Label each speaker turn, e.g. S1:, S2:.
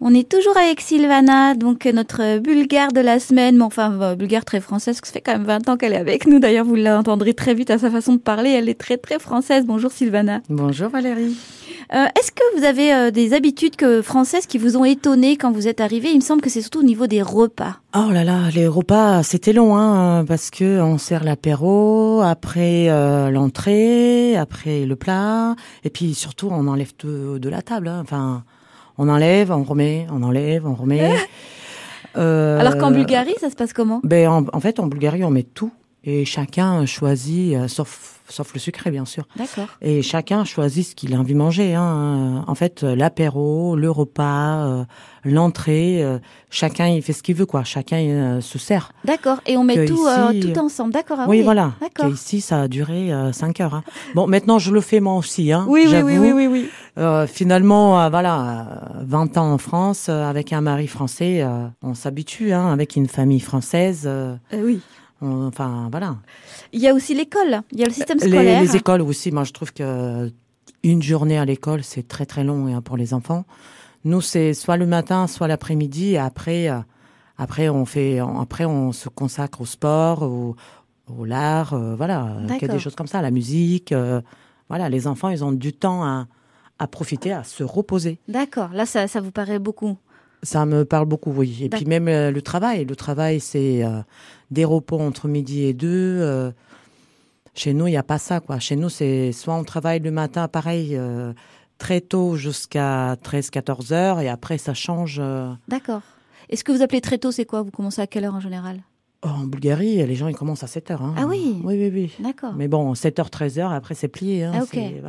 S1: On est toujours avec Sylvana, donc euh, notre bulgare de la semaine, mais enfin bah, bulgare très française, parce que ça fait quand même 20 ans qu'elle est avec nous. D'ailleurs, vous l'entendrez très vite à sa façon de parler, elle est très très française. Bonjour Sylvana.
S2: Bonjour Valérie.
S1: Euh, Est-ce que vous avez euh, des habitudes que, françaises qui vous ont étonné quand vous êtes arrivée Il me semble que c'est surtout au niveau des repas.
S2: Oh là là, les repas, c'était long, hein, parce que on sert l'apéro, après euh, l'entrée, après le plat, et puis surtout on enlève de, de la table. hein. Enfin, on enlève, on remet, on enlève, on remet. Euh,
S1: Alors qu'en Bulgarie, ça se passe comment
S2: ben, en, en fait, en Bulgarie, on met tout et chacun choisit, euh, sauf sauf le sucré bien sûr.
S1: D'accord.
S2: Et chacun choisit ce qu'il a envie de manger. Hein. Euh, En fait, euh, l'apéro, le repas, euh, l'entrée, euh, chacun il fait ce qu'il veut quoi. Chacun euh, se sert.
S1: D'accord. Et on met
S2: Que
S1: tout, euh,
S2: ici,
S1: tout ensemble. D'accord. ah
S2: oui, voilà.
S1: D'accord.
S2: Que Ici, ça a duré 5 heures. hein. Bon, maintenant, je le fais moi aussi. Hein,
S1: Oui, oui, oui,
S2: j'avoue.
S1: oui, oui, oui.
S2: Euh, finalement, euh, voilà, euh, 20 ans en France, euh, avec un mari français, euh, on s'habitue. Hein, avec une famille française, euh,
S1: Euh, oui.
S2: on- enfin, voilà.
S1: Il y a aussi l'école. Il y a le système
S2: Les,
S1: scolaire.
S2: les écoles aussi, moi, je trouve que une journée à l'école, c'est très, très long hein, pour les enfants. Nous, c'est soit le matin, soit l'après-midi. Et après, euh, après, on fait, on- après, on se consacre au sport, au, au l'art, euh, voilà, euh, qu'il y a
S1: D'accord.
S2: des choses comme ça, la musique. euh, voilà, les enfants, ils ont du temps à, à profiter, à se reposer.
S1: D'accord. Là, ça, ça vous paraît beaucoup.
S2: Ça me parle beaucoup, oui. Et
S1: D'ac-
S2: puis même euh, le travail. Le travail, c'est euh, des repos entre midi et deux. euh, chez nous, il n'y a pas ça, quoi. Chez nous, c'est soit on travaille le matin, pareil, euh, très tôt jusqu'à 13-14 heures, et après, ça change. euh.
S1: D'accord. Et ce que vous appelez très tôt, c'est quoi Vous commencez à quelle heure en général
S2: Oh, en Bulgarie, les gens, ils commencent à 7 heures. hein.
S1: Ah oui
S2: Oui, oui, oui.
S1: D'accord.
S2: Mais bon, 7 heures, 13 heures, après, c'est plié. hein.
S1: Ah, ok.
S2: C'est-